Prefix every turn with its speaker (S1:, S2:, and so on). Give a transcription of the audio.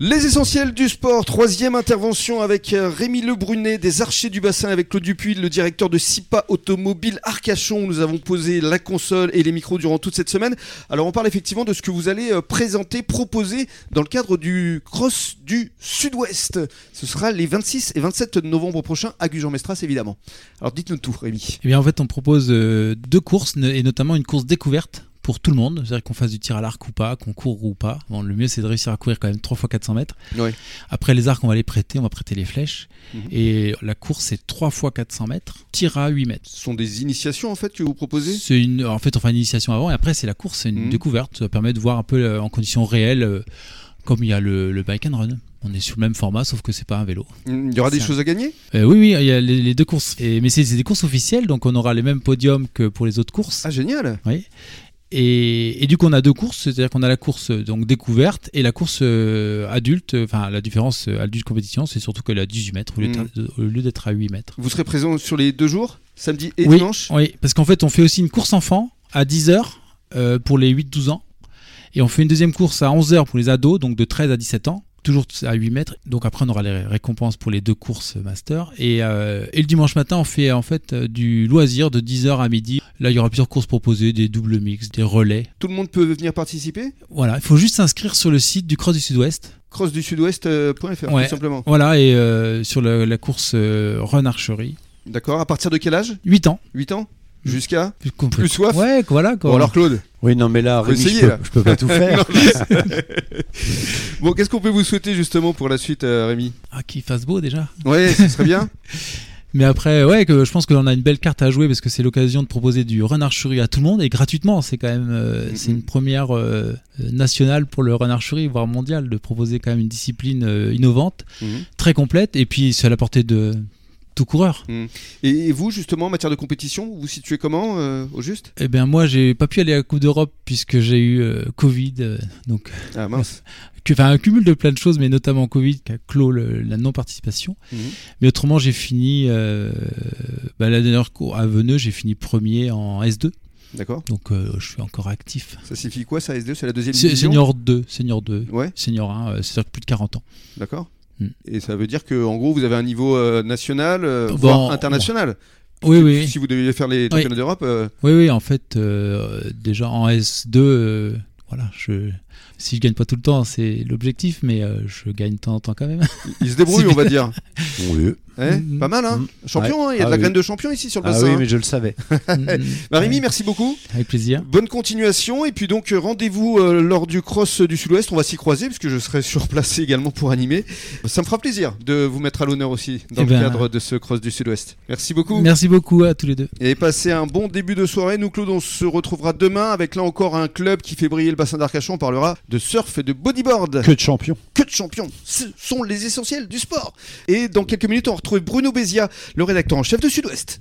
S1: Les essentiels du sport, troisième intervention avec euh, Rémi Lebrunet des Archers du Bassin, avec Claude Dupuis, le directeur de SIPA Automobile Arcachon. où Nous avons posé la console et les micros durant toute cette semaine. Alors on parle effectivement de ce que vous allez euh, présenter, proposer dans le cadre du Cross du Sud-Ouest. Ce sera les 26 et 27 novembre prochains à Gujan-Mestras évidemment. Alors dites-nous tout Rémi.
S2: Eh bien, en fait, on propose euh, deux courses ne- et notamment une course découverte pour tout le monde. C'est-à-dire qu'on fasse du tir à l'arc ou pas, qu'on court ou pas. Bon, le mieux, c'est de réussir à courir quand même 3 fois 400 mètres.
S1: Ouais.
S2: Après les arcs, on va les prêter, on va prêter les flèches.
S1: Mhm.
S2: Et la course, c'est 3 fois 400 mètres, tir à 8 mètres.
S1: Ce sont des initiations en fait que vous proposez
S2: C'est une, en fait, on fait une initiation avant et après, c'est la course, c'est une
S1: Mhm.
S2: découverte. Ça permet de voir un peu euh, en conditions réelles, euh, comme il y a le, le bike and run. On est sur le même format, sauf que c'est pas un vélo.
S1: Il y aura des
S2: Ça.
S1: choses à gagner
S2: Euh, oui, oui, il y a les, les deux courses. Et, mais c'est c'est des courses officielles, donc on aura les mêmes podiums que pour les autres courses.
S1: Ah génial
S2: Et, et du coup, on a deux courses, c'est-à-dire qu'on a la course euh, donc découverte et la course euh, adulte. Enfin, la différence euh, adulte compétition, c'est surtout qu'elle est à 18 mètres au lieu d'être
S1: Mm.
S2: à- au lieu d'être à 8 mètres.
S1: Vous serez présent sur les deux jours, samedi et
S2: oui,
S1: dimanche
S2: oui, parce qu'en fait, on fait aussi une course enfant à 10 heures euh, pour les 8-12 ans. Et on fait une deuxième course à 11 heures pour les ados, donc de 13 à 17 ans, toujours à 8 mètres. Donc après, on aura les ré- récompenses pour les deux courses master. Et, euh, et le dimanche matin, on fait en fait euh, du loisir de 10 heures à midi. Là, il y aura plusieurs courses proposées, des doubles mix, des relais.
S1: Tout le monde peut venir participer
S2: Voilà, il faut juste s'inscrire sur le site du Cross du Sud-Ouest.
S1: crossdusudouest.fr
S2: Ouais.
S1: tout simplement.
S2: Voilà, et euh, sur la, la course euh, Run Archery.
S1: D'accord, à partir de quel âge
S2: 8 ans.
S1: 8 ans
S2: Mm.
S1: Jusqu'à
S2: Plus, qu'on
S1: Plus soif
S2: Ouais, voilà.
S1: Bon
S2: quoi.
S1: alors Claude.
S3: Oui, non, mais là,
S1: Faut
S3: Rémi,
S1: essayer,
S3: je, peux,
S1: là.
S3: je peux pas tout faire.
S1: Bon, qu'est-ce qu'on peut vous souhaiter justement pour la suite euh, Rémi
S2: Ah, qu'il fasse beau déjà.
S1: Ouais, ce serait bien.
S2: Mais après, ouais, que, je pense qu'on a une belle carte à jouer parce que c'est l'occasion de proposer du Run Archery à tout le monde et gratuitement. C'est quand même euh,
S1: Mhm.
S2: c'est une première euh, nationale pour le Run Archery, voire mondiale, de proposer quand même une discipline euh, innovante,
S1: Mhm.
S2: très complète, et puis c'est à la portée de tout coureur.
S1: Et, et vous justement en matière de compétition, vous vous situez comment euh, au juste
S2: Eh bien, moi, j'ai pas pu aller à la Coupe d'Europe puisque j'ai eu euh, Covid, euh, donc
S1: Ah mince.
S2: que- enfin, un cumul de plein de choses, mais notamment Covid qui a clos le- la non-participation.
S1: Mhm.
S2: Mais autrement, j'ai fini euh, bah, la dernière cour à Veneux, j'ai fini premier en S2,
S1: D'accord.
S2: donc euh, je suis encore actif.
S1: Ça signifie quoi ça S2 C'est la deuxième
S2: Se-
S1: division
S2: Senior 2, senior 2,
S1: Ouais,
S2: senior 1, euh, c'est-à-dire plus de 40 ans.
S1: d'accord.
S2: Mm.
S1: Et ça veut dire que en gros vous avez un niveau euh, national, euh,
S2: Bon,
S1: voire international.
S2: Oui, oui,
S1: Si vous deviez faire les championnats d'Europe, euh,
S2: oui, oui, en fait, euh, déjà en S2, euh, voilà, je, si je gagne pas tout le temps, c'est l'objectif, mais euh, je gagne de temps en temps quand même.
S1: ils se débrouillent,
S2: C'est
S1: on va dire.
S3: Oui.
S1: Eh,
S2: Mm.
S1: Pas mal, hein Champion, hein, il y a de
S3: Mm-hmm. Ah
S1: la
S3: oui.
S1: graine de champion ici sur le
S3: Ah
S1: bassin.
S3: oui,
S1: hein.
S3: mais je le savais.
S2: Mhm.
S1: Bah, Rémi, merci beaucoup.
S2: Avec plaisir.
S1: Bonne continuation et puis donc euh, rendez-vous euh, lors du cross du Sud-Ouest. On va s'y croiser puisque je serai sur place également pour animer. Ça me fera plaisir de vous mettre à l'honneur aussi dans
S2: Eh
S1: le
S2: ben.
S1: cadre de ce cross du Sud-Ouest. Merci beaucoup
S2: Merci beaucoup à tous les deux.
S1: et passez un bon début de soirée. Nous Claude, on se retrouvera demain avec là encore un club qui fait briller le bassin d'Arcachon. On parlera de surf et de bodyboard.
S3: Que de champion.
S1: que de champions. Ce sont les essentiels du sport. Et dans quelques minutes, on retrouve Bruno Bézia, le rédacteur en chef de Sud-Ouest.